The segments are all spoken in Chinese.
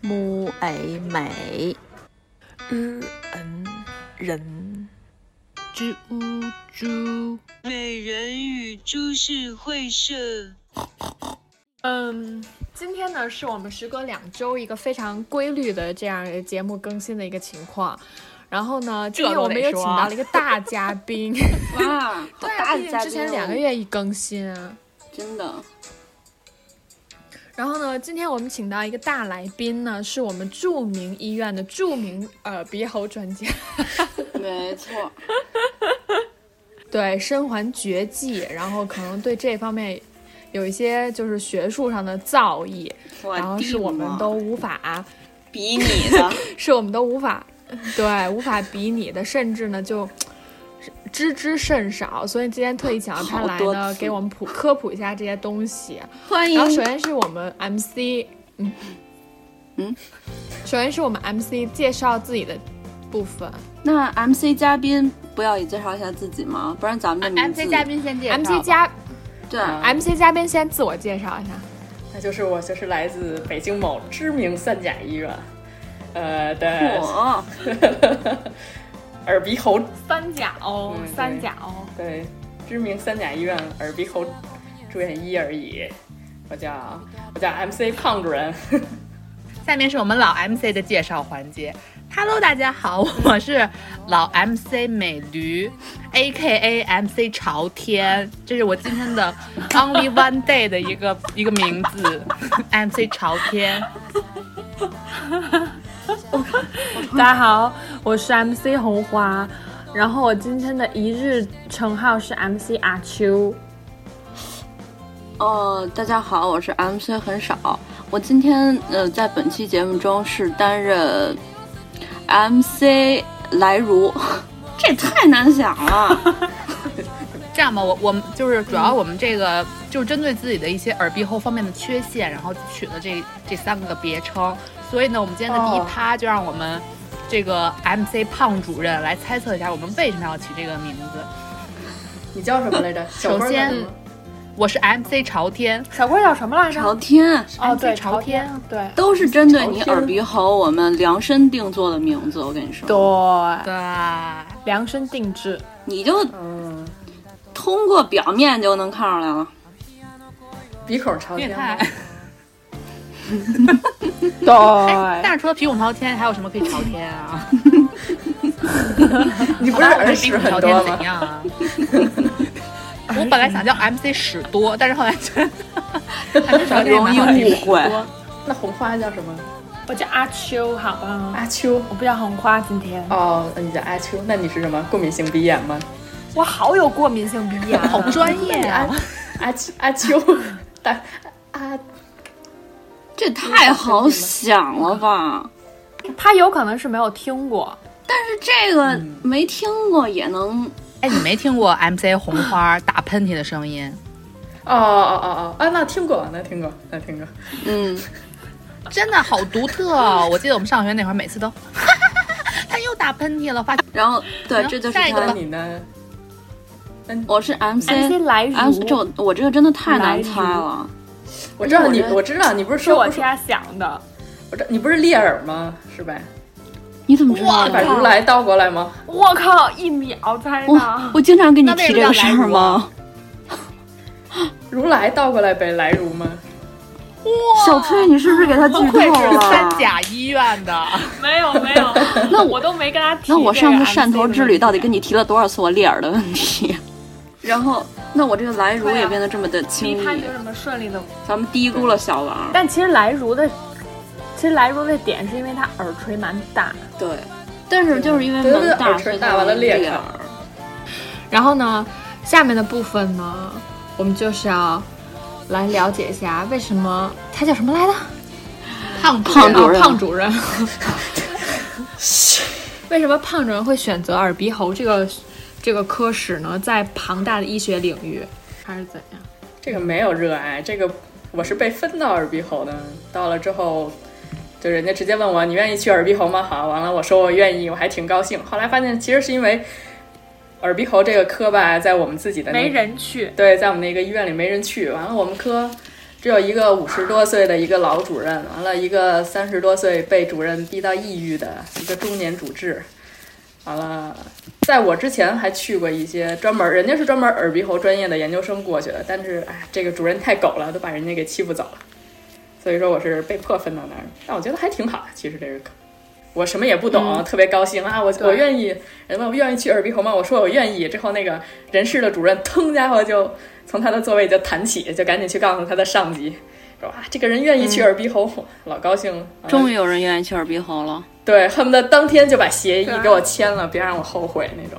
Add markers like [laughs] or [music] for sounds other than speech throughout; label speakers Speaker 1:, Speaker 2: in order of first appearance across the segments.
Speaker 1: 木诶美，
Speaker 2: 日嗯人
Speaker 1: 知乌猪，
Speaker 3: 美人与株式会社。
Speaker 4: 嗯，今天呢是我们时隔两周一个非常规律的这样呃节目更新的一个情况。然后呢，今天
Speaker 2: 都
Speaker 4: 我们
Speaker 2: 得
Speaker 4: 又
Speaker 2: 说
Speaker 4: 请
Speaker 2: 啊
Speaker 4: 到了一个大嘉宾，
Speaker 5: 哇，好
Speaker 4: 对
Speaker 5: 大
Speaker 4: 啊，
Speaker 5: 的
Speaker 4: 毕
Speaker 5: 嘉宾！
Speaker 4: 竟之
Speaker 6: 哦
Speaker 4: 前
Speaker 5: [laughs]
Speaker 4: 两个，月一更新啊。
Speaker 5: 真的，
Speaker 4: 然后呢，今天我们请到一个大来宾呢，是我们著名医院的著名耳鼻喉专家， [laughs]
Speaker 5: 没错， [laughs]
Speaker 4: 对，身怀绝技，然后可能对这方面有一些就是学术上的造诣，然后
Speaker 5: 弟
Speaker 4: 是我们
Speaker 5: 嘛
Speaker 4: 都无法、
Speaker 5: 比你的，
Speaker 4: 是我们都无法，对，无法比拟的，甚至呢就知之甚少。所以今天特意请到他
Speaker 5: 好
Speaker 4: 来
Speaker 5: 多嗯
Speaker 4: 呢，
Speaker 5: 次
Speaker 4: 给我们普科普一下这些东西。
Speaker 5: [laughs] 欢迎
Speaker 4: 然后首先是我们 MC，嗯
Speaker 5: 嗯，
Speaker 4: [laughs] 首先是我们 MC 介绍自己的部分。
Speaker 5: 那 MC 嘉宾不要也介绍一下自己吗？不然咱们的名字、
Speaker 2: ，MC 嘉宾先介绍吧
Speaker 4: MC 嘉
Speaker 5: 对，啊
Speaker 4: MC 嘉宾先自我介绍一下，
Speaker 7: 那就是我，就是来自北京某知名三甲医院，呃的
Speaker 5: 我
Speaker 7: 耳鼻喉
Speaker 4: 三甲哦
Speaker 7: 嗯对
Speaker 4: 三甲哦，
Speaker 7: 对知名三甲医院耳鼻喉住院医而已。我叫我叫 MC 胖主任， [laughs]
Speaker 2: 下面是我们老 MC 的介绍环节。Hello，大家好，我是老 MC 美驴，A.K.A. MC 朝天，这是我今天的 Only One Day 的一个一个名字，MC 朝天。
Speaker 4: 大家好，我是 MC 红花，然后我今天的一日称号是 MC 阿秋。
Speaker 5: 哦，大家好，我是 MC 很少。我今天呃，在本期节目中是担任 MC 来如， [laughs] 这也太难想了。
Speaker 2: 这样吧，我我们就是主要我们这个、就是针对自己的一些耳鼻喉方面的缺陷，然后取了这这三个别称。所以呢，我们今天的第一
Speaker 7: 哦
Speaker 2: 趴就让我们这个 MC 胖主任来猜测一下我们为什么要起这个名字。
Speaker 7: 你叫什么来着？小
Speaker 2: 首
Speaker 7: 哥叫
Speaker 2: 先
Speaker 7: 什么？
Speaker 2: 我是 MC 朝天，
Speaker 4: 小龟叫什么来着？
Speaker 5: 朝天啊
Speaker 4: 哦，对，
Speaker 2: 朝天，
Speaker 4: 对
Speaker 5: 都是针对你
Speaker 7: 朝天
Speaker 5: 耳鼻喉，我们量身定做的名字。我跟你说，
Speaker 4: 对，
Speaker 2: 对，
Speaker 4: 量身定制。
Speaker 5: 你就
Speaker 7: 嗯，
Speaker 5: 通过表面就能看出来了。
Speaker 7: 鼻孔朝
Speaker 2: 变
Speaker 7: 天
Speaker 2: 态
Speaker 7: 吗。。
Speaker 4: 对，
Speaker 2: 哎，但是除了鼻孔朝天，还有什么可以朝天啊？
Speaker 7: [laughs]
Speaker 4: [laughs]
Speaker 7: 你不是耳
Speaker 2: 好吧我们鼻
Speaker 7: 屎
Speaker 2: 孔
Speaker 7: 很
Speaker 2: 朝
Speaker 7: 多
Speaker 2: 天怎
Speaker 7: 吗？
Speaker 2: 样啊？我本来想叫 MC 屎多，但是后来觉
Speaker 4: [laughs]
Speaker 2: 得 MC 朝天也
Speaker 5: 容
Speaker 2: 蛮
Speaker 5: 易
Speaker 2: 好听的
Speaker 5: 误会，
Speaker 7: 那红花叫什么？
Speaker 4: 我叫阿秋，好吧，
Speaker 7: 阿秋。
Speaker 4: 我不叫红花，今天
Speaker 7: 哦，那你叫阿秋，那你是什么？过敏性鼻炎吗？
Speaker 4: 我好有过敏性鼻炎啊，
Speaker 2: 好专业啊！
Speaker 7: 阿秋阿秋， [laughs] 大阿哦
Speaker 5: 这太好想了吧？
Speaker 4: 他有可能是没有听过，
Speaker 5: 但是这个
Speaker 2: 嗯
Speaker 5: 没听过也能，
Speaker 2: 哎，你没听过 MC 红花打喷嚏的声音？
Speaker 7: 哦哦哦哦啊，那听过，那听过，那听过。
Speaker 5: 嗯，
Speaker 2: 真的好独特哦！我记得我们上学那会儿，每次都 [laughs] 他又打喷嚏了，发
Speaker 5: 然后对，
Speaker 2: 行
Speaker 5: 这就是
Speaker 2: 下一个
Speaker 5: 他
Speaker 7: 那
Speaker 2: 吧。
Speaker 7: 你呢？
Speaker 5: 啊我是 MC，,
Speaker 4: MC 来如
Speaker 5: 啊这我我这个真的太难猜了。
Speaker 7: 我知道你
Speaker 5: 因为我觉，得
Speaker 7: 我知道你不是
Speaker 4: 是
Speaker 7: 说
Speaker 4: 我
Speaker 7: 不是
Speaker 4: 瞎想的。
Speaker 7: 我知道你不是裂耳吗？是吧？
Speaker 5: 你怎么知道
Speaker 2: 哇
Speaker 7: 把
Speaker 5: 的？
Speaker 7: 如来倒过来吗？
Speaker 4: 我靠，一秒猜
Speaker 5: 我 [laughs]
Speaker 4: 到，
Speaker 5: 我经常跟你
Speaker 2: 那为
Speaker 5: 提
Speaker 2: 什么
Speaker 5: 这
Speaker 2: 要
Speaker 5: 个事
Speaker 2: 来
Speaker 5: 儿
Speaker 2: 如啊
Speaker 5: 吗？
Speaker 7: 如来倒过来呗，来如吗？
Speaker 5: 小崔，你是不是给他剧
Speaker 2: 愧
Speaker 5: 透
Speaker 2: 是
Speaker 5: 了？
Speaker 2: 三甲医院的，
Speaker 4: 没有没有，那我都没跟他提这
Speaker 5: 那
Speaker 4: 个 MC 的问题。
Speaker 5: 我上次汕头之旅到底跟你提了多少次我裂耳的问
Speaker 2: [laughs]
Speaker 5: 题？然后，那我这个来如
Speaker 4: 对啊
Speaker 5: 也变得这么的
Speaker 4: 你
Speaker 5: 轻
Speaker 4: 看
Speaker 5: 易
Speaker 4: 有，什么顺利的？
Speaker 5: 咱们低估了小王。
Speaker 4: 但其实来如的，其实来如的点是因为他耳垂蛮大，
Speaker 5: 对，但是就是因为
Speaker 7: 对对对
Speaker 5: 门大，
Speaker 7: 耳
Speaker 5: 所
Speaker 7: 垂
Speaker 5: 以
Speaker 7: 大
Speaker 5: 才
Speaker 7: 完了
Speaker 5: 会
Speaker 7: 裂
Speaker 5: 裂
Speaker 7: 开
Speaker 5: 耳。
Speaker 4: 然后呢，下面的部分呢，我们就是要来了解一下为什么他叫什么来着？
Speaker 2: 胖
Speaker 5: 胖主任
Speaker 4: 啊
Speaker 6: 哦
Speaker 4: 胖
Speaker 6: [laughs]
Speaker 4: 主任。为什么胖主任会选择耳鼻喉这个这个科室呢？在庞大的医学领域，还是怎样？
Speaker 7: 这个没有热爱，这个我是被分到耳鼻喉的。到了之后，就人家直接问我你愿意去耳鼻喉吗？好，完了我说我愿意，我还挺高兴。后来发现其实是因为耳鼻喉这个科吧，在我们自己的那
Speaker 4: 没
Speaker 7: 个
Speaker 4: 人去，
Speaker 7: 对，在我们那个医院里没人去，完了我们科只有一个五十多岁的一个老主任，完了一个三十多岁被主任逼到抑郁的一个中年主治，完了，在我之前还去过一些专门，人家是专门耳鼻喉专业的研究生过去的，但是哎，这个主任太狗了，都把人家给欺负走了，所以说我是被迫分到那儿，但我觉得还挺好的，其实这个课。我什么也不懂，特别高兴啊！我我愿意，人问我愿意去耳鼻喉吗？我说我愿意。之后那个人事的主任，腾家伙就从他的座位就弹起，就赶紧去告诉他的上级，说啊，这个人愿意去耳鼻喉，老高兴了。啊
Speaker 5: 终于有人愿意去耳鼻喉了。
Speaker 7: 对，恨不得当天就把协议
Speaker 4: 对啊
Speaker 7: 给我签了，别让我后悔那种。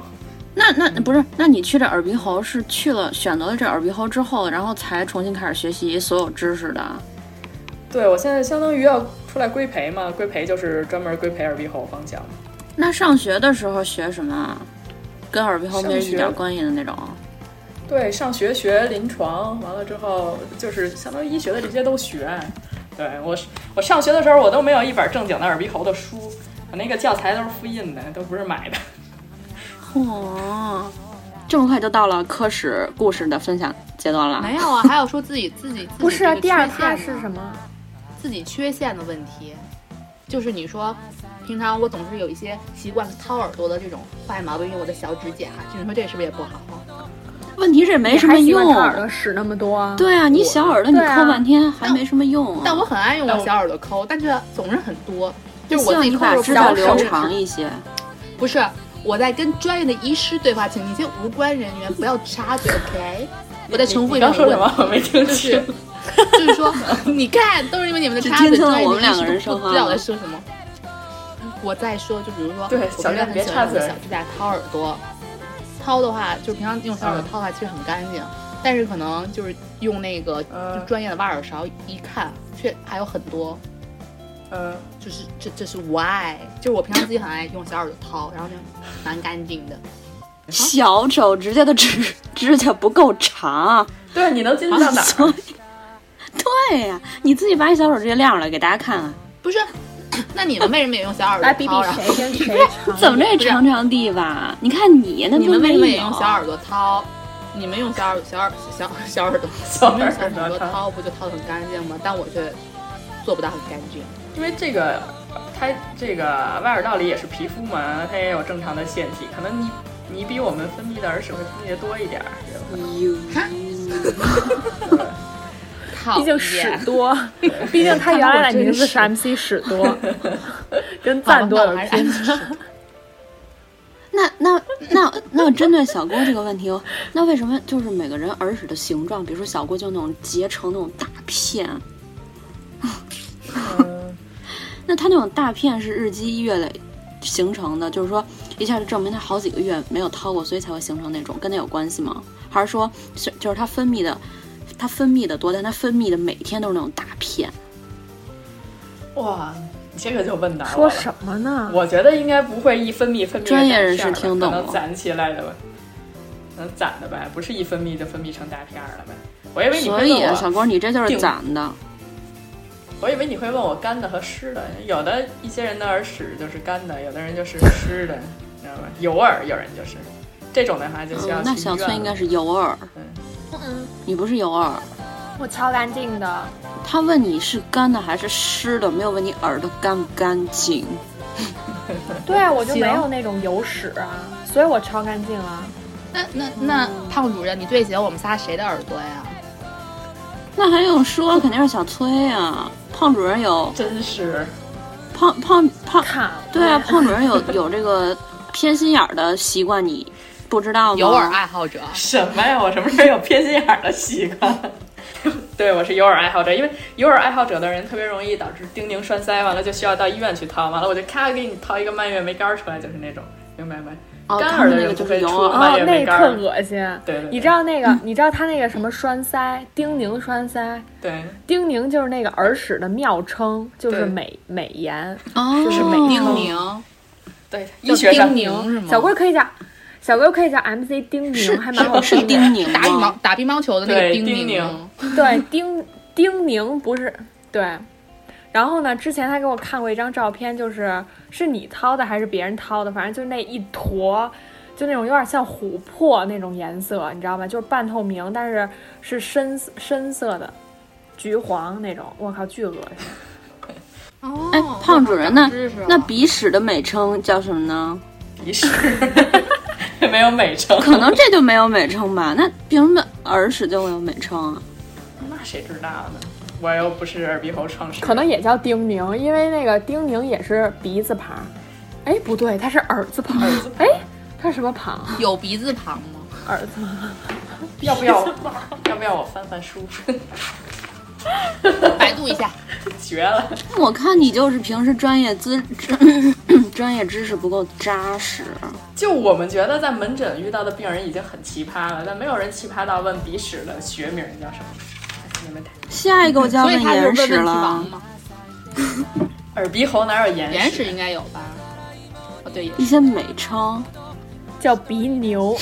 Speaker 5: 那那不是？那你去这耳鼻喉是去了选择了这耳鼻喉之后，然后才重新开始学习所有知识的。
Speaker 7: 对我现在相当于要出来规培嘛，规培就是专门规培耳鼻喉方向。
Speaker 5: 那上学的时候学什么啊？跟耳鼻喉没
Speaker 7: 上学
Speaker 5: 一点关系的那种。
Speaker 7: 对，上学学临床，完了之后就是相当于医学的这些都学。对我是，我上学的时候我都没有一本正经的耳鼻喉的书，我那个教材都是复印的，都不是买的。
Speaker 5: 哇，这么快就到了科室故事的分享阶段了。
Speaker 2: 没有啊，还有说自己自己
Speaker 4: 不是
Speaker 6: 嗯
Speaker 4: 啊，第二趴
Speaker 2: 趴
Speaker 4: 是什？么？
Speaker 2: 自己缺陷的问题，就是你说，平常我总是有一些习惯掏耳朵的这种坏毛病，有我的小指甲，你说这是不是也不好？
Speaker 5: 嗯问题是也没
Speaker 4: 你
Speaker 5: 什
Speaker 4: 还
Speaker 5: 么
Speaker 4: 喜欢
Speaker 5: 用
Speaker 4: 掏。耳朵使那么
Speaker 5: [laughs]
Speaker 4: 多啊？
Speaker 5: 对啊，你小耳朵你
Speaker 4: 对啊
Speaker 5: 抠半天还没什么用啊。
Speaker 2: 但我很爱用
Speaker 7: 但
Speaker 2: 我
Speaker 7: 我
Speaker 2: 小耳朵抠，但是总是很多，就是
Speaker 5: 希
Speaker 2: 我自
Speaker 5: 望
Speaker 2: 己
Speaker 5: 你
Speaker 2: 抠
Speaker 5: 把
Speaker 2: 着
Speaker 5: 指甲
Speaker 2: 不
Speaker 5: 留
Speaker 2: 少
Speaker 5: 长一些。
Speaker 2: 不是。我在跟专业的医师对话，请那些无关人员不要插嘴，OK？我再重复一
Speaker 7: 你
Speaker 2: 遍
Speaker 7: 刚
Speaker 2: 我
Speaker 7: 说
Speaker 2: 的问
Speaker 7: 什么？我
Speaker 2: 题。[laughs]
Speaker 7: 没听
Speaker 2: 就
Speaker 7: 清
Speaker 2: 是。就是说， [laughs] 你看，都是因为你们的
Speaker 5: 只
Speaker 2: 插嘴，
Speaker 5: 听清了
Speaker 2: 所以
Speaker 5: 我
Speaker 2: 你
Speaker 5: 们两
Speaker 2: 一
Speaker 5: 个
Speaker 2: 直
Speaker 5: 人
Speaker 2: 不
Speaker 5: 说话
Speaker 2: 知道我
Speaker 5: 了
Speaker 2: 在说什么。我在说，就比如说，
Speaker 7: 对
Speaker 2: 我
Speaker 7: 小
Speaker 2: 平
Speaker 7: 亮
Speaker 2: 常很
Speaker 7: 别
Speaker 2: 喜
Speaker 7: 插
Speaker 2: 欢用
Speaker 7: 嘴
Speaker 2: 小指甲掏耳朵，掏的话，就平常用小耳朵掏的话，其实很干净，但是可能就是用那个
Speaker 7: 嗯
Speaker 2: 就专业的挖耳勺一看，却还有很多。
Speaker 7: 嗯，
Speaker 2: 就是这这是 why，就是我平常自己很爱用小耳朵掏，然后就蛮干净的。
Speaker 5: 啊小手指甲的指指甲不够长，
Speaker 7: 对，你能进去到哪
Speaker 5: 所
Speaker 7: 儿
Speaker 5: 以？对呀、你自己把你小手指甲亮出来给大家看啊看，
Speaker 2: 不是， [coughs] 那你们为什么也用小耳朵
Speaker 4: 来比比
Speaker 2: 掏？啊然后
Speaker 4: 谁跟 [laughs] 谁长。
Speaker 5: 怎么着也
Speaker 2: 不是
Speaker 5: 长长地吧？你看你那啊
Speaker 2: 你们
Speaker 5: 都
Speaker 2: 为
Speaker 5: 没有
Speaker 2: 什么也用小耳朵掏？你们用小耳小耳小小耳朵，
Speaker 7: 小
Speaker 2: 你们
Speaker 7: 耳
Speaker 2: 用小耳
Speaker 7: 朵
Speaker 2: 朵
Speaker 7: 掏，
Speaker 2: 掏，不就掏得很干净吗？但我却做不到很干净。
Speaker 7: 因为这个，它这个外耳道里也是皮肤嘛，它也有正常的腺体，可能你你比我们分泌的耳屎会分泌的多一点儿。是吧
Speaker 2: 讨
Speaker 4: 毕竟屎
Speaker 2: 厌。
Speaker 4: 多，毕竟他原来的名字是 MC 屎多， [laughs] 跟赞多
Speaker 2: 好吧那我
Speaker 4: 有
Speaker 2: 还是 [laughs]
Speaker 4: 偏
Speaker 2: 按
Speaker 4: 差。
Speaker 5: 那那那那针对小郭这个问题哦，那为什么就是每个人耳屎的形状，比如说小郭就那种结成那种大片， [laughs] 那他那种大片是日积月累形成的，就是说一下就证明他好几个月没有掏过，所以才会形成那种，跟他有关系吗？还是说是就是他分泌的，他分泌的多，但他分泌的每天都是那种大片？
Speaker 7: 哇，你这个就问到我
Speaker 4: 说
Speaker 7: 了。
Speaker 4: 什么呢？
Speaker 7: 我觉得应该不会一分泌分泌成
Speaker 5: 专业人士
Speaker 7: 大片儿
Speaker 5: 听
Speaker 7: 吧
Speaker 5: 懂
Speaker 7: 可能
Speaker 5: 了
Speaker 7: 攒起来的吧，能攒的呗，不是一分泌就分泌成大片儿了呗。我以为你
Speaker 5: 所
Speaker 7: 会
Speaker 5: 以
Speaker 7: 问
Speaker 5: 啊，小
Speaker 7: 我，
Speaker 5: 郭，你这就是
Speaker 7: 顶
Speaker 5: 攒的。
Speaker 7: 我以为你会问我干的和湿的，有的一些人的耳屎就是干的，有的人就是湿的，你知道吧？有耳，有人就是这种的话就需要
Speaker 5: 嗯，
Speaker 7: 去
Speaker 5: 那
Speaker 7: 医
Speaker 5: 小
Speaker 7: 院
Speaker 5: 崔应该
Speaker 7: 了
Speaker 5: 是有耳，
Speaker 4: 嗯，
Speaker 5: 你不是有耳。
Speaker 4: 我超干净的。
Speaker 5: 他问你是干的还是湿的，没有问你耳朵干不干净。
Speaker 4: 对啊，我就
Speaker 2: 行
Speaker 4: 没有那种油屎啊，所以我超干净啊。
Speaker 2: 那那那胖主任，你最喜欢我们仨谁的耳朵呀？
Speaker 5: 那还用说，肯定是小崔啊。胖主任有
Speaker 7: 真是
Speaker 5: 胖胖胖，
Speaker 4: 卡
Speaker 5: 对啊，胖主任
Speaker 2: [laughs]
Speaker 5: 有有这个偏心眼儿的习惯，你不知道吗？
Speaker 2: 有耳啊爱好者，
Speaker 7: 什么呀？我什么时候有偏心眼儿的习惯？ [laughs] 对，我是有耳爱好者，因为有耳爱好者的人特别容易导致丁宁栓塞，完了就需要到医院去掏，完了我就咔给你掏一个蔓越莓干儿出来，就是那种，明白没？
Speaker 5: 哦，
Speaker 7: 干
Speaker 5: 他
Speaker 7: 耳
Speaker 5: 们
Speaker 7: 的
Speaker 5: 那
Speaker 7: 人
Speaker 5: 个就
Speaker 7: 不会
Speaker 5: 是
Speaker 7: 出
Speaker 5: 有耳。
Speaker 7: 蔓
Speaker 4: 哦，
Speaker 7: 越莓
Speaker 4: 那
Speaker 7: 干
Speaker 4: 特
Speaker 7: 儿。
Speaker 4: 恶心。
Speaker 7: 对对对
Speaker 4: 你知道那个，你知道他那个什么栓塞，丁宁栓塞，
Speaker 7: 对，
Speaker 4: 丁宁就是那个耳屎的妙称，就是
Speaker 7: 对
Speaker 4: 美美颜。
Speaker 5: 哦，
Speaker 4: 就是美
Speaker 5: 丁
Speaker 4: 声
Speaker 5: 宁，
Speaker 7: 对，医学上
Speaker 2: 丁宁是吗？
Speaker 4: 小龟可以叫，小龟可以叫 MC 丁宁，还蛮好
Speaker 5: 是
Speaker 4: 听的。
Speaker 5: 丁宁吗
Speaker 2: 打羽毛打乒乓球的那个
Speaker 7: 对
Speaker 2: 丁
Speaker 7: 丁
Speaker 2: 宁
Speaker 7: 宁，
Speaker 4: 对，丁丁宁不是对。然后呢，之前他给我看过一张照片，就是是你掏的还是别人掏的，反正就那一坨，就那种有点像琥珀那种颜色，你知道吗？就是半透明，但是是深深色的。橘黄那种，我靠，巨恶心。
Speaker 2: 哦
Speaker 5: 哎，胖主任，那
Speaker 2: 知识了
Speaker 5: 那鼻屎的美称叫什么呢？
Speaker 7: 鼻屎， [laughs] 没有美称，
Speaker 5: 可能这就没有美称吧？那凭什么耳屎就会有美称啊？
Speaker 7: 那谁知道呢？我又不是耳鼻喉创始人，
Speaker 4: 可能也叫丁宁，因为那个丁宁也是鼻字旁，哎，不对，它是耳字旁，哎，它是什么旁？
Speaker 2: 有鼻字旁吗？
Speaker 4: 耳字旁。
Speaker 7: 要不要要不要我翻翻书？ [laughs]
Speaker 2: 百度一下，
Speaker 7: 绝了！
Speaker 5: 我看你就是平时专业资 [coughs] 专业知识不够扎实。啊
Speaker 7: 就我们觉得在门诊遇到的病人已经很奇葩了，但没有人奇葩到问鼻屎的学名叫什么。你们
Speaker 5: 下一个我就要
Speaker 2: 所以
Speaker 5: 问
Speaker 2: 他是
Speaker 5: 眼
Speaker 2: 问问
Speaker 5: 屎
Speaker 2: 题
Speaker 5: 了
Speaker 2: 王。吗？
Speaker 7: 耳鼻喉哪有眼
Speaker 2: 眼屎应该有吧？哦，对，眼
Speaker 5: 一些美称，
Speaker 4: 叫鼻牛，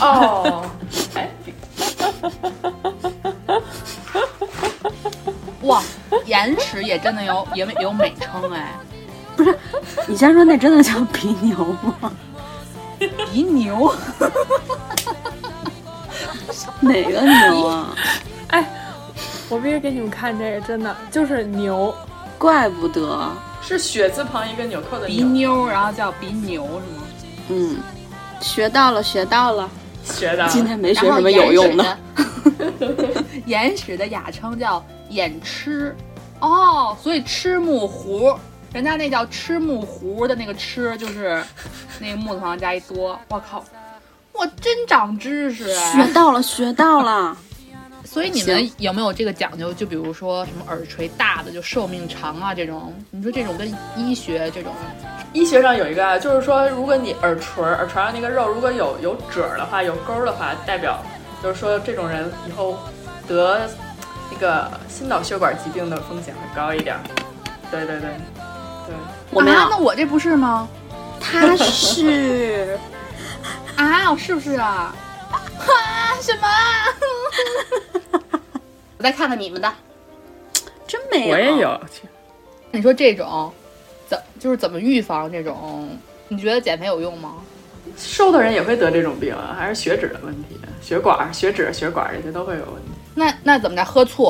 Speaker 7: 哦， [laughs] 哎，
Speaker 2: 哇，眼屎也真的有也有美称哎，
Speaker 5: 你先说那真的叫鼻牛吗？
Speaker 2: 鼻牛，
Speaker 5: [laughs] 哪个牛啊？
Speaker 4: 我必须给你们看这个，真的就是牛，
Speaker 5: 怪不得，
Speaker 7: 是血字旁一个纽扣的
Speaker 2: 鼻
Speaker 7: 纽，
Speaker 2: 妞，然后叫鼻牛是吗？
Speaker 5: 嗯，学到了，学到了。
Speaker 7: 学的。
Speaker 5: 今天没学
Speaker 2: 然
Speaker 5: 什
Speaker 2: 后
Speaker 5: 么有用的，
Speaker 2: 眼屎的。 [laughs] 眼屎的雅称叫眼痴，哦，所以痴木胡，人家那叫痴木胡的那个痴，就是那个木字旁加一多。我靠，我真长知识
Speaker 5: 学
Speaker 2: 哎！
Speaker 5: 到了，学到了。
Speaker 2: 所以你们有没有这个讲究？就比如说什么耳垂大的就寿命长啊这种，你说这种跟医学这种，
Speaker 7: 医学上有一个啊，就是说，如果你耳垂儿、耳垂上那个肉如果有有褶儿的话，有沟儿的话，代表就是说这种人以后得那个心脑血管疾病的风险会高一点儿。对对对，对，
Speaker 5: 我没有，
Speaker 2: 啊，那我这不是吗？
Speaker 5: 他是
Speaker 2: 啊，是不是啊？啊，什么啊？我再看看你们的。
Speaker 5: 真没有。
Speaker 7: 有，
Speaker 2: 你说这种，怎就是怎么预防这种？你觉得减肥有用吗？
Speaker 7: 瘦的人也会得这种病啊，还是血脂的问题，血管儿、血脂、血管儿这些都会有问题
Speaker 2: 那那怎么着？喝醋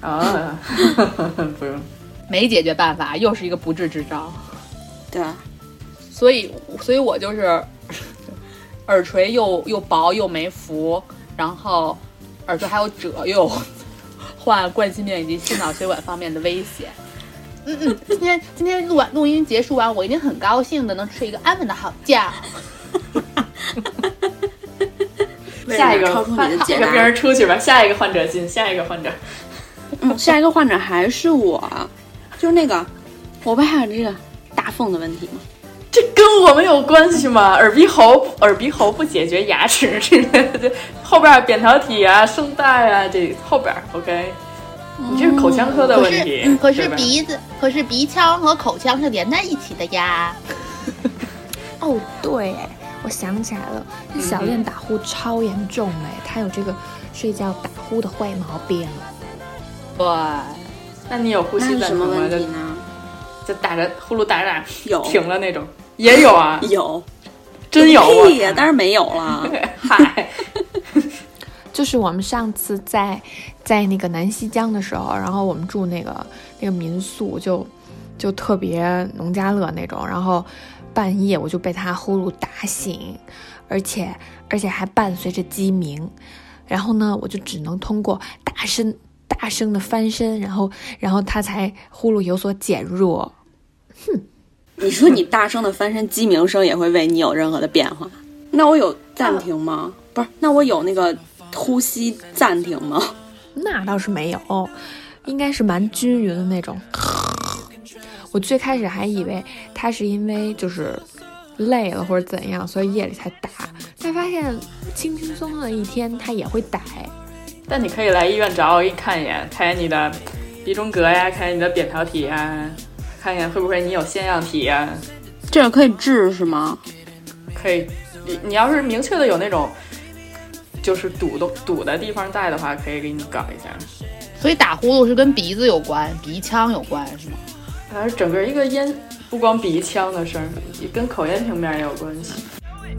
Speaker 7: 啊。
Speaker 5: [laughs]
Speaker 7: 不用，
Speaker 2: 没解决办法，又是一个不治之招。
Speaker 5: 对，
Speaker 2: 所以，所以我就是 [laughs] 耳垂又又薄又没浮，然后耳垂还有褶，又有患冠心病以及心脑血管方面的危险。嗯嗯，今天今天录完录音结束完，我一定很高兴的，能睡一个安稳的好觉。
Speaker 7: 下一个
Speaker 5: 超出你的
Speaker 7: 这
Speaker 5: 解
Speaker 7: 个病
Speaker 5: 答。
Speaker 7: 人出去吧，下一个患者进，下一个患者。
Speaker 5: 嗯，下一个患者还是我，就是那个，我不还有这个大缝的问题吗？
Speaker 7: 这跟我们有关系吗？耳鼻喉，耳鼻喉不解决牙齿之类的，这后边儿扁桃体啊、声带啊，这后边儿 OK。你
Speaker 5: 嗯
Speaker 7: 这是口腔科的问题，对吧
Speaker 2: 子，可是嗯鼻腔和口腔是连在一起的呀。
Speaker 6: 哦，对，哎，我想起来了，那
Speaker 4: 嗯
Speaker 6: 小燕打呼超严重哎，她有这个睡觉打呼的坏毛病。
Speaker 2: 对，
Speaker 7: 那你有呼
Speaker 5: 那
Speaker 7: 吸
Speaker 5: 是
Speaker 7: 暂
Speaker 5: 什
Speaker 7: 停
Speaker 5: 么
Speaker 7: 吗？
Speaker 5: 问题
Speaker 7: 就
Speaker 5: 呢？
Speaker 7: 就打着呼噜打着打
Speaker 5: 有
Speaker 7: 停了那种，也
Speaker 5: [laughs]
Speaker 7: 有啊，
Speaker 5: 有，
Speaker 7: 真有啊
Speaker 5: 屁呀，当然没有 [laughs] 了。
Speaker 7: 嗨，
Speaker 6: 就是我们上次在在那个南溪江的时候，然后我们住那个那个民宿就，就特别农家乐那种，然后半夜我就被他呼噜打醒，而且而且还伴随着鸡鸣，然后呢，我就只能通过大声大声的翻身，然后然后他才呼噜有所减弱。
Speaker 5: 你说你大声的翻身，鸡鸣声也会为你有任何的变化？那我有暂停吗？不是，那我有那个呼吸暂停吗？
Speaker 6: 那倒是没有，应该是蛮均匀的那种。我最开始还以为他是因为就是累了或者怎样，所以夜里才打，但发现轻轻松松的一天他也会打。哎
Speaker 7: 但你可以来医院找我，给你看一眼，看一眼你的鼻中隔呀，看一眼你的扁桃体呀，看一眼会不会你有腺样体呀，
Speaker 5: 这个可以治是吗？
Speaker 7: 可以，你你要是明确的有那种就是堵的堵的地方在的话，可以给你搞一下。
Speaker 2: 所以打呼噜是跟鼻子有关，鼻腔有关是吗？
Speaker 7: 反正整个一个咽，不光鼻腔的事儿，也跟口咽平面也有关系。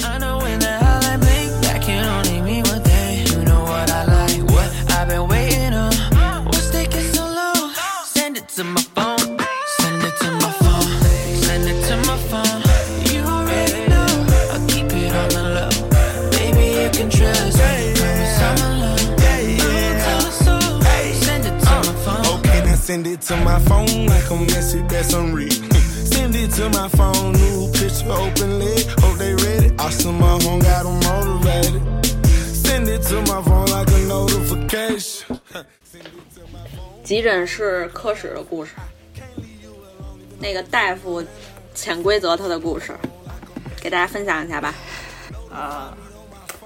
Speaker 8: I know when the hell I blink, that can only mean one thing. You know what I like, what I've been waiting on. to my phone. Send it to my phone. Send it to my phone. You already know. I'll keep it on the low. Baby, you can trust me. Promise I'm alone. I'll tell her so. Send it to my phone.
Speaker 9: Okay, now send it to my phone like a message that's unread. [laughs] Send it to my phone, new picture, open lid. Hope they read it. Awesome, my phone got 'em motivated. Send it to my phone like a notification.
Speaker 5: 急诊室科室的故事，那个大夫潜规则他的故事，给大家分享一下吧。
Speaker 7: 啊，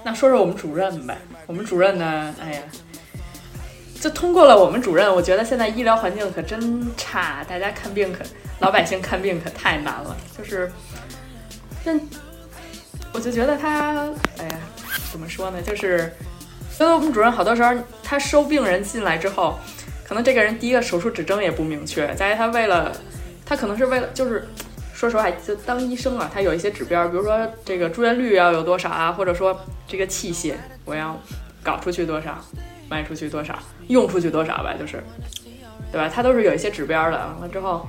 Speaker 7: 那说说我们主任呗。我们主任呢，哎呀，就通过了我们主任，我觉得现在医疗环境可真差，大家看病可老百姓看病可太难了。就是，那我就觉得他，哎呀，怎么说呢？就是，所以我们主任好多时候他收病人进来之后，可能这个人第一个手术指征也不明确，再一个他为了，他可能是为了就是说实话，就当医生啊，他有一些指标，比如说这个住院率要有多少啊，或者说这个器械我要搞出去多少，卖出去多少，用出去多少吧，就是，对吧？他都是有一些指标的。完了之后，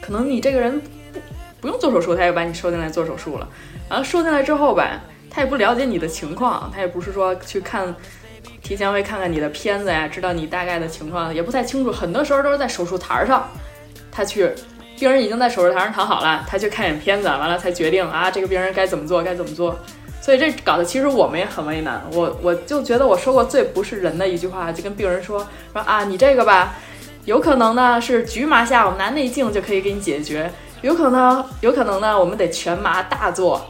Speaker 7: 可能你这个人不不用做手术，他也把你收进来做手术了。然后收进来之后吧，他也不了解你的情况，他也不是说去看。提前会看看你的片子呀，知道你大概的情况，也不太清楚。很多时候都是在手术台上，他去病人已经在手术台上躺好了，他去看一眼片子，完了才决定啊，这个病人该怎么做，该怎么做。所以这搞得其实我们也很为难。我我就觉得我说过最不是人的一句话，就跟病人说说啊，你这个吧，有可能呢是局麻下，我们拿内镜就可以给你解决；有可能有可能呢，我们得全麻大做。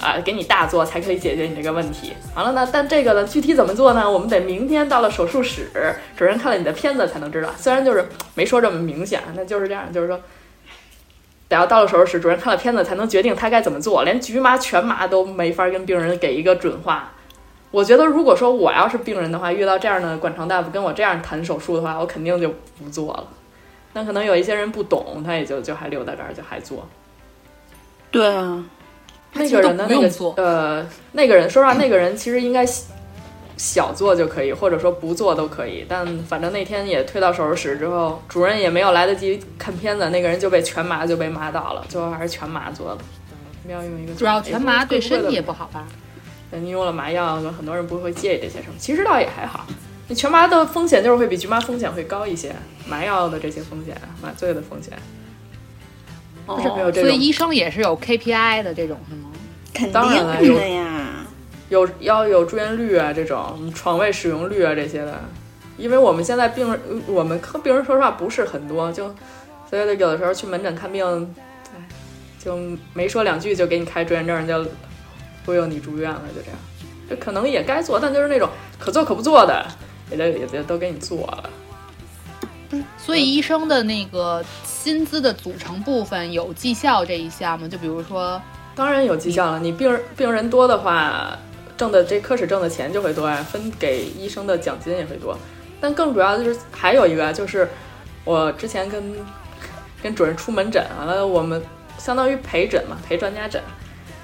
Speaker 7: 啊，给你大做才可以解决你这个问题。完了呢，但这个呢，具体怎么做呢？我们得明天到了手术室，主任看了你的片子才能知道。虽然就是没说这么明显，啊那就是这样，就是说得要到了手术室，主任看了片子才能决定他该怎么做，连局麻、全麻都没法跟病人给一个准话。我觉得，如果说我要是病人的话，遇到这样的管床大夫跟我这样谈手术的话，我肯定就不做了。那可能有一些人不懂，他也就就还留在这儿，就还做。
Speaker 5: 对啊，
Speaker 7: 那个人的
Speaker 2: 他其实都
Speaker 7: 那
Speaker 2: 不
Speaker 7: 个
Speaker 2: 用做
Speaker 7: 呃，那个人说实话，那个人其实应该小小做就可以，或者说不做都可以。但反正那天也推到手术室之后，主任也没有来得及看片子，那个人就被全麻就被麻倒了，最后还是全麻做了。不要用一个
Speaker 2: 主要全麻
Speaker 7: 哎
Speaker 2: 对
Speaker 7: 不是
Speaker 2: 身体也
Speaker 7: 贵
Speaker 2: 不好吧？
Speaker 7: 贵的你用了麻药，很多人不会介意这些什么，其实倒也还好。你全麻的风险就是会比局麻风险会高一些，麻药的这些风险，麻醉的风险，
Speaker 5: 不
Speaker 7: 是没有这
Speaker 2: 哦所
Speaker 7: 种
Speaker 2: 以医生也是有 KPI 的这种是吗？
Speaker 5: 肯
Speaker 7: 当然了
Speaker 5: 定的呀。
Speaker 7: 有要有住院率啊，这种床位使用率啊这些的，因为我们现在病人，呃我们和病人说实话不是很多，就所以有的时候去门诊看病，哎，就没说两句就给你开住院证，就忽悠你住院了，就这样。这可能也该做，但就是那种可做可不做的，也就也就都给你做了。
Speaker 2: 所以医生的那个薪资的组成部分有绩效这一项吗？就比如说，
Speaker 7: 当然有绩效了，你病人病人多的话，挣的这科室挣的钱就会多呀，啊分给医生的奖金也会多。但更主要的就是还有一个啊就是，我之前跟跟主任出门诊完了，我们相当于陪诊嘛，陪专家诊。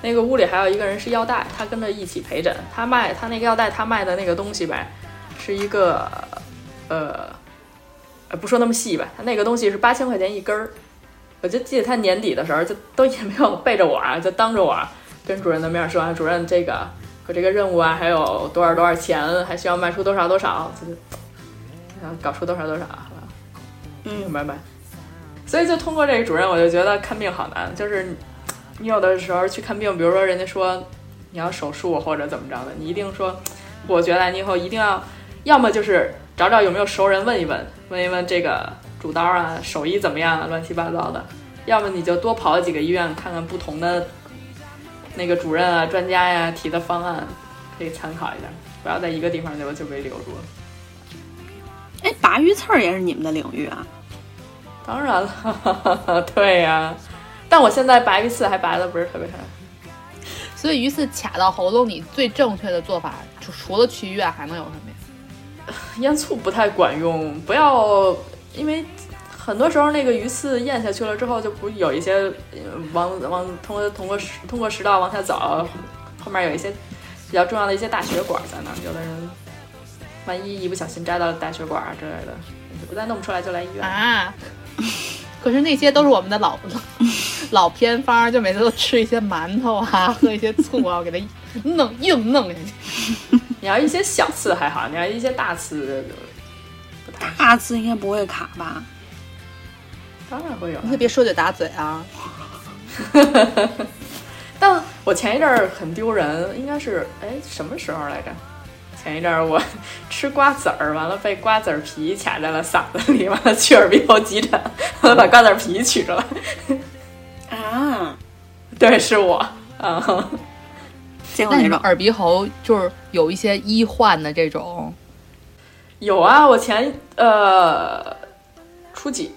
Speaker 7: 那个屋里还有一个人是药代，他跟着一起陪诊。他卖他那个药代，他卖的那个东西呗，是一个呃呃，不说那么细吧，他那个东西是八千块钱一根儿。我就记得他年底的时候，就都也没有背着我啊，就当着我啊跟主任的面说啊，主任这个我这个任务啊，还有多少多少钱，还需要卖出多少多少，就是然后搞出多少多少，好吧
Speaker 5: 嗯，
Speaker 7: 明白吧？所以就通过这个主任，我就觉得看病好难，就是你你有的时候去看病，比如说人家说你要手术或者怎么着的，你一定说，我觉得你以后一定要，要么就是找找有没有熟人问一问，问一问这个主刀啊手艺怎么样啊，乱七八糟的，要么你就多跑几个医院看看不同的那个主任啊、专家呀、提的方案，可以参考一下，不要在一个地方就就被留住了。
Speaker 5: 哎，拔鱼刺儿也是你们的领域啊？
Speaker 7: 当然了， [laughs] 对呀、但我现在拔一次还拔的不是特别疼。
Speaker 2: 所以鱼刺卡到喉咙里最正确的做法，除除了去医院还能有什么呀？
Speaker 7: 腌醋不太管用，不要，因为很多时候那个鱼刺咽下去了之后，就不有一些呃往往通过通过食通过食道往下走，后面有一些比较重要的一些大血管在那儿，有的人万一一不小心扎到大血管啊之类的，实在弄不出来就来医院。
Speaker 2: 啊。可是那些都是我们的老 [laughs] 老偏方，就每次都吃一些馒头啊，喝一些醋啊，我给它弄硬弄下去。
Speaker 7: 你要一些小刺还好，你要一些大刺，
Speaker 5: 大刺应该不会卡吧？
Speaker 7: 当然会有啊。
Speaker 2: 你可别说嘴打嘴啊！
Speaker 7: 但我前一阵儿很丢人，应该是哎什么时候来着？前一阵儿我 [laughs] 吃瓜子儿，完了被瓜子儿皮卡在了嗓子里，完了去耳鼻喉急诊，完了把瓜子儿皮取出来。
Speaker 5: 啊，
Speaker 7: 对，是我，嗯，
Speaker 5: 见过那
Speaker 2: 那你们
Speaker 5: 种
Speaker 2: 耳鼻喉就是有一些医患的这种，
Speaker 7: 有啊，我前呃初几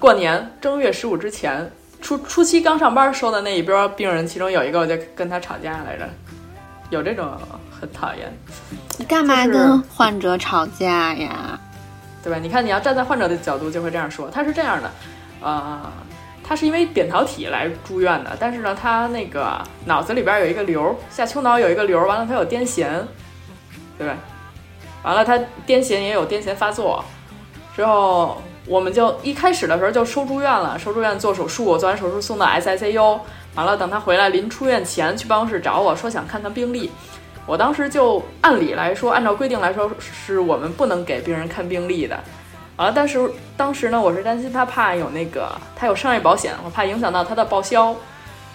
Speaker 7: 过年正月十五之前，初初七刚上班收的那一波病人，其中有一个我就跟他吵架来着，有这种很讨厌。
Speaker 5: 你干嘛
Speaker 7: 就是
Speaker 5: 跟患者吵架呀？
Speaker 7: 对吧？你看，你要站在患者的角度，就会这样说，他是这样的，呃，他是因为扁桃体来住院的，但是呢，他那个脑子里边有一个瘤，下丘脑有一个瘤，完了他有癫痫，对吧？完了他癫痫也有癫痫发作，之后我们就一开始的时候就收住院了，收住院做手术，做完手术送到 SICU，完了等他回来临出院前去办公室找我说想看看病历，我当时就按理来说，按照规定来说，是我们不能给病人看病历的。啊，但是当时呢，我是担心他怕有那个，他有商业保险，我怕影响到他的报销，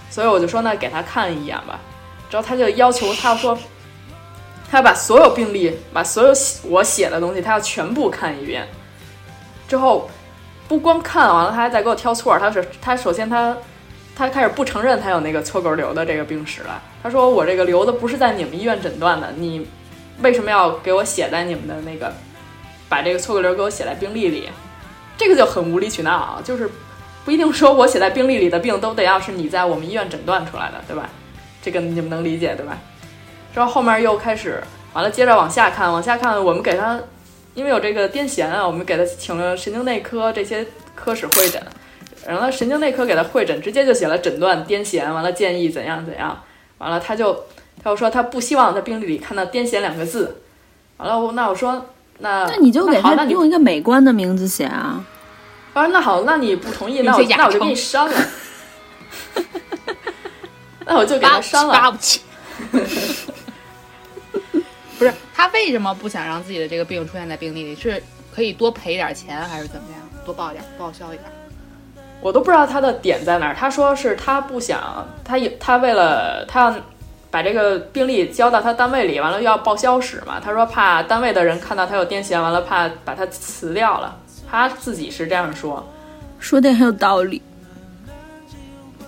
Speaker 7: 所以我就说那给他看一眼吧。之后他就要求，他说他要把所有病历，把所有写我写的东西，他要全部看一遍。之后不光看完了，他还在给我挑错儿。他是他首先他他开始不承认他有那个错钩瘤的这个病史了。他说我这个瘤子不是在你们医院诊断的，你为什么要给我写在你们的那个，把这个错钩瘤给我写在病历里？这个就很无理取闹啊，就是不一定说我写在病历里的病都得要是你在我们医院诊断出来的，对吧？这个你们能理解对吧？之后后面又开始完了，接着往下看，往下看，我们给他，因为有这个癫痫啊，我们给他请了神经内科这些科室会诊，然后神经内科给他会诊，直接就写了诊断癫痫，完了建议怎样怎样，完了他就他就说他不希望在病历里看到癫痫两个字，完了我那我说那
Speaker 5: 那你就给
Speaker 7: 好
Speaker 5: 他
Speaker 7: 那你
Speaker 5: 用一个美观的名字写啊。
Speaker 7: 我说那好，那你不同意，那
Speaker 2: 你
Speaker 7: 我
Speaker 2: 就雅
Speaker 7: 那我就
Speaker 2: 称
Speaker 7: 给你删了， [laughs] 那我就给他删
Speaker 2: 扒
Speaker 7: 了，
Speaker 2: 不起。 [laughs] 不是他为什么不想让自己的这个病出现在病历里？是可以多赔点钱，还是怎么样？多报点报销一点？
Speaker 7: 我都不知道他的点在哪儿。他说是他不想，他有他为了他要把这个病历交到他单位里，完了又要报销史嘛。他说怕单位的人看到他有癫痫，完了怕把他辞掉了。他自己是这样说，
Speaker 5: 说的很有道理，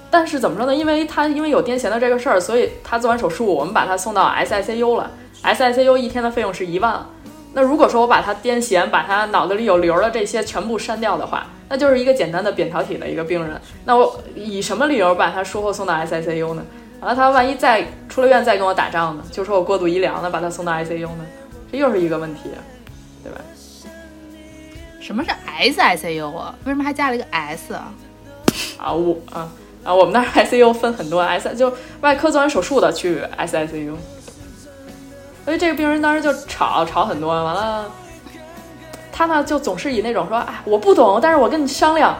Speaker 7: 但是怎么说呢？因为他因为有癫痫的这个事儿，所以他做完手术，我们把他送到 SICU 了。SICU 一天的费用是一万。那如果说我把他癫痫、把他脑子里有瘤儿的这些全部删掉的话，那就是一个简单的扁桃体的一个病人。那我以什么理由把他术后送到 SICU 呢？完了，他万一再出了院再跟我打仗呢？就说我过度医疗呢，把他送到 ICU 呢？这又是一个问题，啊对吧？
Speaker 2: 什么是 SICU 啊？为什么还加了一个 S 啊？
Speaker 7: 啊，我啊啊，我们那儿 [laughs] ICU 分很多啊 S，就外科做完手术的去 SICU。所以这个病人当时就吵吵很多，完了，他呢就总是以那种说，哎，我不懂，但是我跟你商量，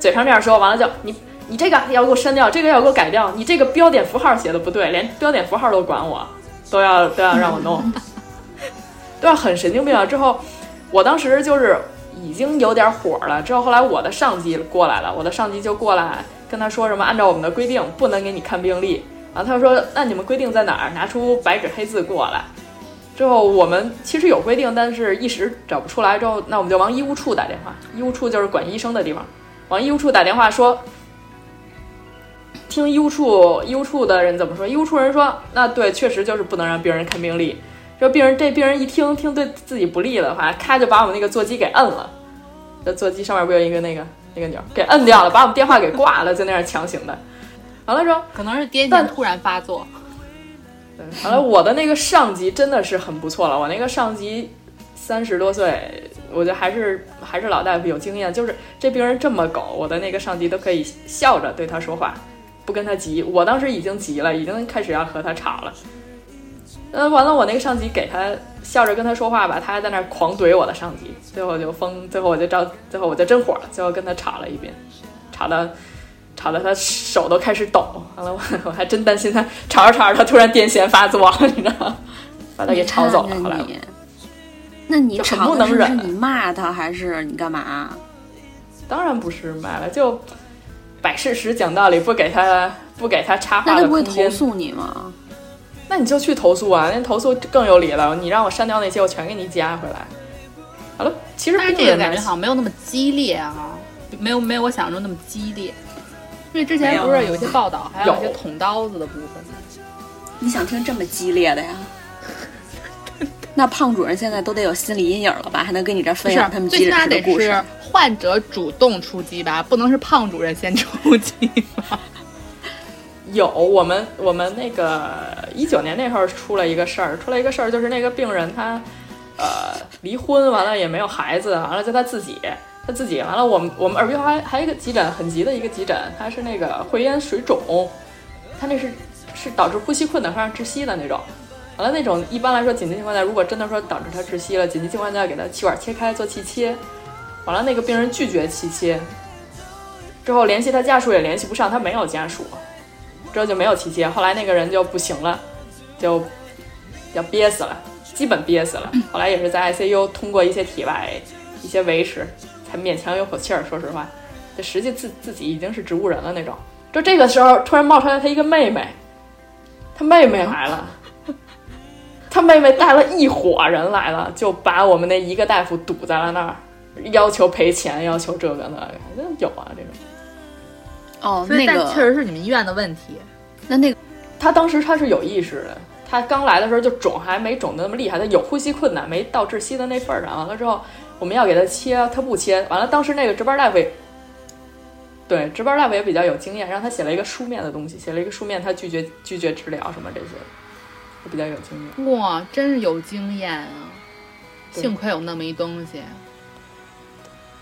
Speaker 7: 嘴上这样说，完了就你你这个要给我删掉，这个要给我改掉，你这个标点符号写的不对，连标点符号都管我，都要都要让我弄， [laughs] 对啊，很神经病啊。之后我当时就是已经有点火了，之后后来我的上级过来了，我的上级就过来跟他说什么，按照我们的规定不能给你看病历。然后他说：“那你们规定在哪儿？拿出白纸黑字过来。”之后我们其实有规定，但是一时找不出来。之后那我们就往医务处打电话，医务处就是管医生的地方，往医务处打电话说，听医务处医务处的人怎么说？医务处人说：“那对，确实就是不能让病人看病历。”这病人这病人一听听对自己不利的话，咔就把我们那个座机给摁了。这座机上面不有一个那个那个钮儿，给摁掉了，把我们电话给挂了，就那样强行的。完了之后，
Speaker 2: 可能是癫痫
Speaker 7: 但
Speaker 2: 突然发作。
Speaker 7: 完了，我的那个上级真的是很不错了，我那个上级三十多岁，我觉得还是还是老大夫有经验，就是这病人这么狗，我的那个上级都可以笑着对他说话，不跟他急。我 [laughs] 当时已经急了，已经开始要和他吵了。呃，完了，我那个上级给他笑着跟他说话吧，他还在那儿狂怼我的上级，最后就疯，最后我就着，最后我就真火了，最后跟他吵了一遍，吵到吵到他手都开始抖，完了我我还真担心他吵着吵着他突然癫痫发作了，你知道吗？把他给吵走了。
Speaker 5: 你
Speaker 7: 后来
Speaker 5: 看
Speaker 7: 我
Speaker 5: 看你，那你
Speaker 7: 就很
Speaker 5: 吵
Speaker 7: 不
Speaker 5: 的
Speaker 7: 能
Speaker 5: 是不是
Speaker 7: 忍
Speaker 5: 你骂他还是你干嘛？
Speaker 7: 当然不是买了，就摆事实讲道理，不给他不给他插
Speaker 5: 那
Speaker 7: 话
Speaker 5: 他
Speaker 7: 的
Speaker 5: 不会
Speaker 7: 空
Speaker 5: 投
Speaker 7: 间。
Speaker 5: 诉你吗？
Speaker 7: 那你就去投诉啊，那投诉更有理了。你让我删掉那些，我全给你加回来。好了，其实
Speaker 2: 但是
Speaker 7: 并
Speaker 2: 这
Speaker 7: 没有
Speaker 2: 个感觉好像没有那么激烈啊，没有没有我想象中那么激烈。因为之前不是有一些报道，还有一些
Speaker 7: 有
Speaker 2: 捅刀子的部分。
Speaker 5: 你想听这么激烈的呀？那胖主任现在都得有心理阴影了吧？还能跟你这儿
Speaker 2: 不
Speaker 5: 分
Speaker 2: 是
Speaker 7: 啊
Speaker 5: 享他们，
Speaker 2: 最
Speaker 5: 机
Speaker 2: 起
Speaker 5: 智
Speaker 2: 码
Speaker 5: 的
Speaker 2: 得
Speaker 5: 故事
Speaker 2: 是？患者主动出击吧，不能是胖主任先出击吧？
Speaker 7: 有我们我们那个一九年那会儿出了一个事儿，出了一个事儿就是那个病人他呃离婚完了也没有孩子，完了就他自己他自己完了我们我们耳鼻喉还还有一个急诊很急的一个急诊，他是那个会阴水肿，他那是是导致呼吸困难会让窒息的那种。完了那种一般来说紧急情况下，如果真的说导致他窒息了，紧急情况下给他气管切开做气切，完了那个病人拒绝气切，之后联系他家属也联系不上，他没有家属。之后就没有提切。后来那个人就不行了，就要憋死了，基本憋死了。后来也是在 ICU 通过一些体外一些维持，才勉强有口气儿。说实话，这实际自自己已经是植物人了那种。就这个时候突然冒出来他一个妹妹，他妹妹来了。他妹妹带了一伙人来了，就把我们那一个大夫堵在了那儿，要求赔钱，要求这个那个，那有啊这种。
Speaker 5: 哦，
Speaker 2: 所以，
Speaker 5: 那
Speaker 2: 但确
Speaker 5: 个，
Speaker 2: 实是你们医院的问题。
Speaker 5: 那那个，
Speaker 7: 他当时他是有意识的，他刚来的时候就肿，还没肿得那么厉害，他有呼吸困难，没到窒息的那份儿上。完了之后，我们要给他切，他不切。完了，当时那个值班大夫也，对值班大夫也比较有经验，让他写了一个书面的东西，写了一个书面，他拒绝拒绝治疗什么这些，他比较有经验。
Speaker 2: 哇，真是有经验啊！
Speaker 7: 对
Speaker 2: 幸亏有那么一东西。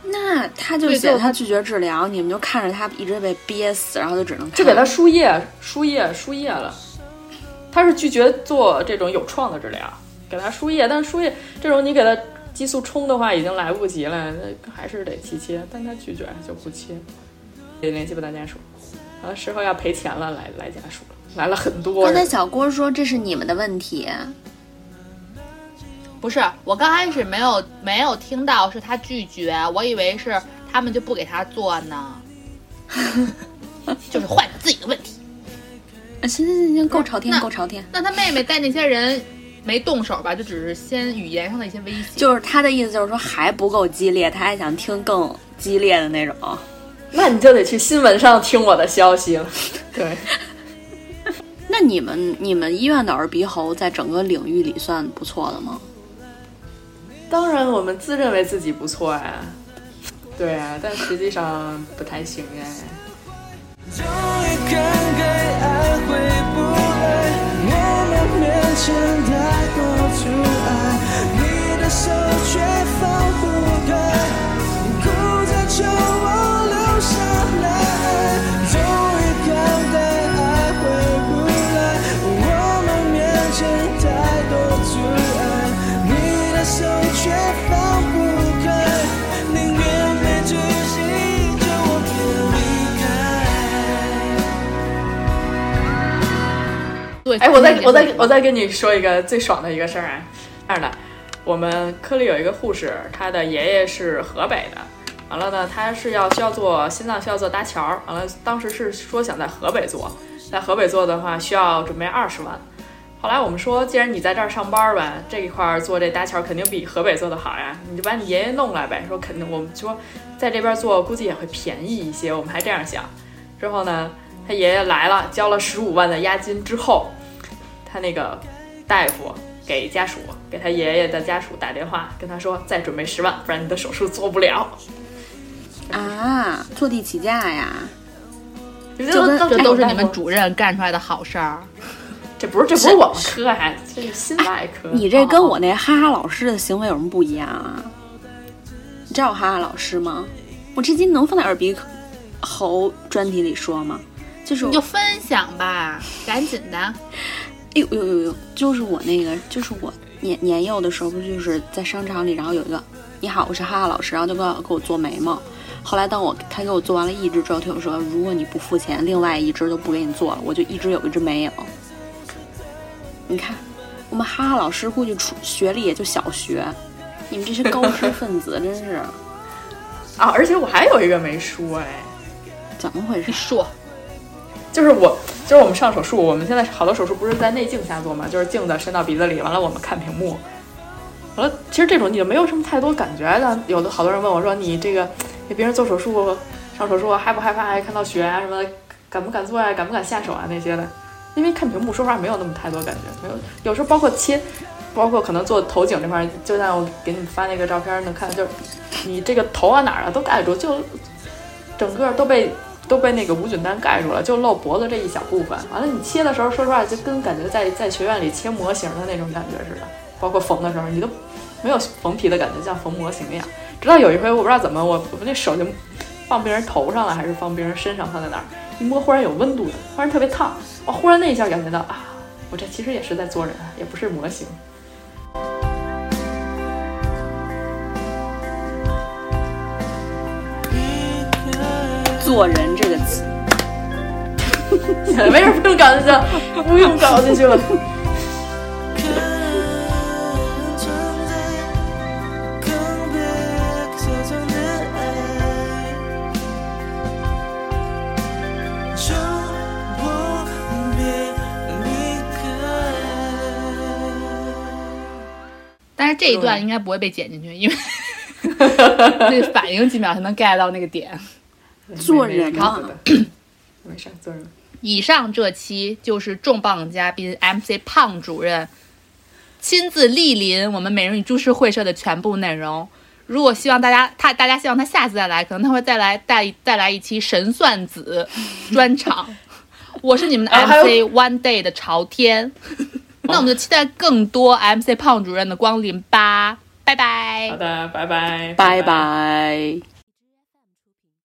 Speaker 5: 那他就
Speaker 2: 对
Speaker 5: 写
Speaker 2: 就
Speaker 5: 他拒绝治疗，你们就看着他一直被憋死，然后就只能
Speaker 7: 就给他
Speaker 5: 看
Speaker 7: 输液、输液、输液了。他是拒绝做这种有创的治疗，给他输液，但是输液这种你给他激素冲的话已经来不及了，那还是得气切，但他拒绝就不切，也联系不到家属，然后事后要赔钱了，来来家属了，来了很多
Speaker 5: 刚才
Speaker 7: 人，
Speaker 5: 小郭说这是你们的问题，
Speaker 2: 不是，我刚开始没有没有听到是他拒绝，我以为是他们就不给他做呢，
Speaker 5: [laughs]
Speaker 2: 就是患者自己的问题。
Speaker 5: 啊行行行行，够朝天
Speaker 2: 那
Speaker 5: 够朝天。
Speaker 2: 那他妹妹带那些人没动手吧，就只是先语言上的一些威胁。
Speaker 5: 就是他的意思就是说还不够激烈，他还想听更激烈的那种。
Speaker 7: 那你就得去新闻上听我的消息了。对，
Speaker 5: 那你们你们医院的耳鼻喉在整个领域里算不错的吗？
Speaker 7: 当然我们自认为自己不错呀、对啊，但实际上不太行哎、
Speaker 8: 终于看开，爱回不来，我们面前太多阻碍，你的手却放不开，哭着求我留下来。终于看开，爱回不来，我们面前太多阻碍，你的手却放不开，宁愿被窒息，就我别离开。
Speaker 2: 对，
Speaker 7: 哎，我再我再我再跟你说一个最爽的一个事儿啊，这样的，我们科里有一个护士，她的爷爷是河北的，完了呢，她是要需要做心脏需要做搭桥儿，完了当时是说想在河北做，在河北做的话需要准备二十万。后来我们说，既然你在这儿上班儿吧，这一块儿做这搭桥儿肯定比河北做的好呀，你就把你爷爷弄来呗。说肯定，我们说在这边做估计也会便宜一些，我们还这样想。之后呢，他爷爷来了，交了十五万的押金之后，他那个大夫给家属给他爷爷的家属打电话，跟他说再准备十万，不然你的手术做不 [laughs] 了。
Speaker 5: 啊，坐地起价呀！
Speaker 7: 这
Speaker 2: 这都这都是你们主任干出来的好事儿。
Speaker 7: 这不是这不是我们科还这是心外科。
Speaker 5: 你这跟我那哈哈老师的行为有什么不一样啊？你知道我哈哈老师吗？我这期能放在耳鼻喉专题里说吗？就是
Speaker 2: 你就分享吧，赶紧的。
Speaker 5: 哎呦呦呦呦，就是我那个，就是我年年幼的时候，不就是在商场里，然后有一个“你好，我是哈哈老师”，然后就给我给我做眉毛。后来当我他给我做完了一只之后，他就说：“如果你不付钱，另外一只就不给你做了。”我就一直有一只没有。你看，我们哈哈老师估计初学历也就小学，你们这些高知分子真是
Speaker 7: 啊！而且我还有一个没说哎，
Speaker 5: 怎么回事？
Speaker 2: 说
Speaker 7: 就是我，就是我们上手术，我们现在好多手术不是在内镜下做嘛，就是镜子伸到鼻子里，完了我们看屏幕。完了，其实这种你就没有什么太多感觉的。有的好多人问我说：“你这个给别人做手术、上手术害不害怕？看到血啊什么的，敢不敢做啊？敢不敢下手啊？那些的。”因为看屏幕，说实话没有那么太多感觉，没有。有时候包括切，包括可能做头颈这块儿，就像我给你们发那个照片能看，就是你这个头啊哪儿啊都盖住，就整个都被都被那个无菌单盖住了，就露脖子这一小部分。完了，你切的时候，说实话就跟感觉在在学院里切模型的那种感觉似的，包括缝的时候，你都没有缝皮的感觉，像缝模型一样。直到有一回，我不知道怎么，我我那手就放别人头上了，还是放别人身上，放在哪儿，一摸忽然有温度的，忽然特别烫，我忽然那一下感觉到啊，我这其实也是在做人，啊也不是模 [laughs] 型。
Speaker 5: 做人这个词，
Speaker 7: 没事，不用搞进去了，不用搞进去了。
Speaker 2: 但是这一段应该不会被剪进去，因为 [laughs] 得反应几秒才能 get 到那个点。
Speaker 5: 做人啊
Speaker 7: 没事没事，做人。
Speaker 2: 以上这期就是重磅嘉宾 MC 胖主任亲自莅临我们美人与株式会社的全部内容。如果希望大家他大家希望他下次再来，可能他会再来带带来一期神
Speaker 7: [laughs]
Speaker 2: 算子专场。我是你们的
Speaker 7: 啊还有
Speaker 2: MC One Day 的朝
Speaker 7: [laughs]
Speaker 2: 天，那我们就期待更多 MC 胖主任的光临吧，拜拜
Speaker 7: 好。的，拜拜，
Speaker 5: 拜拜。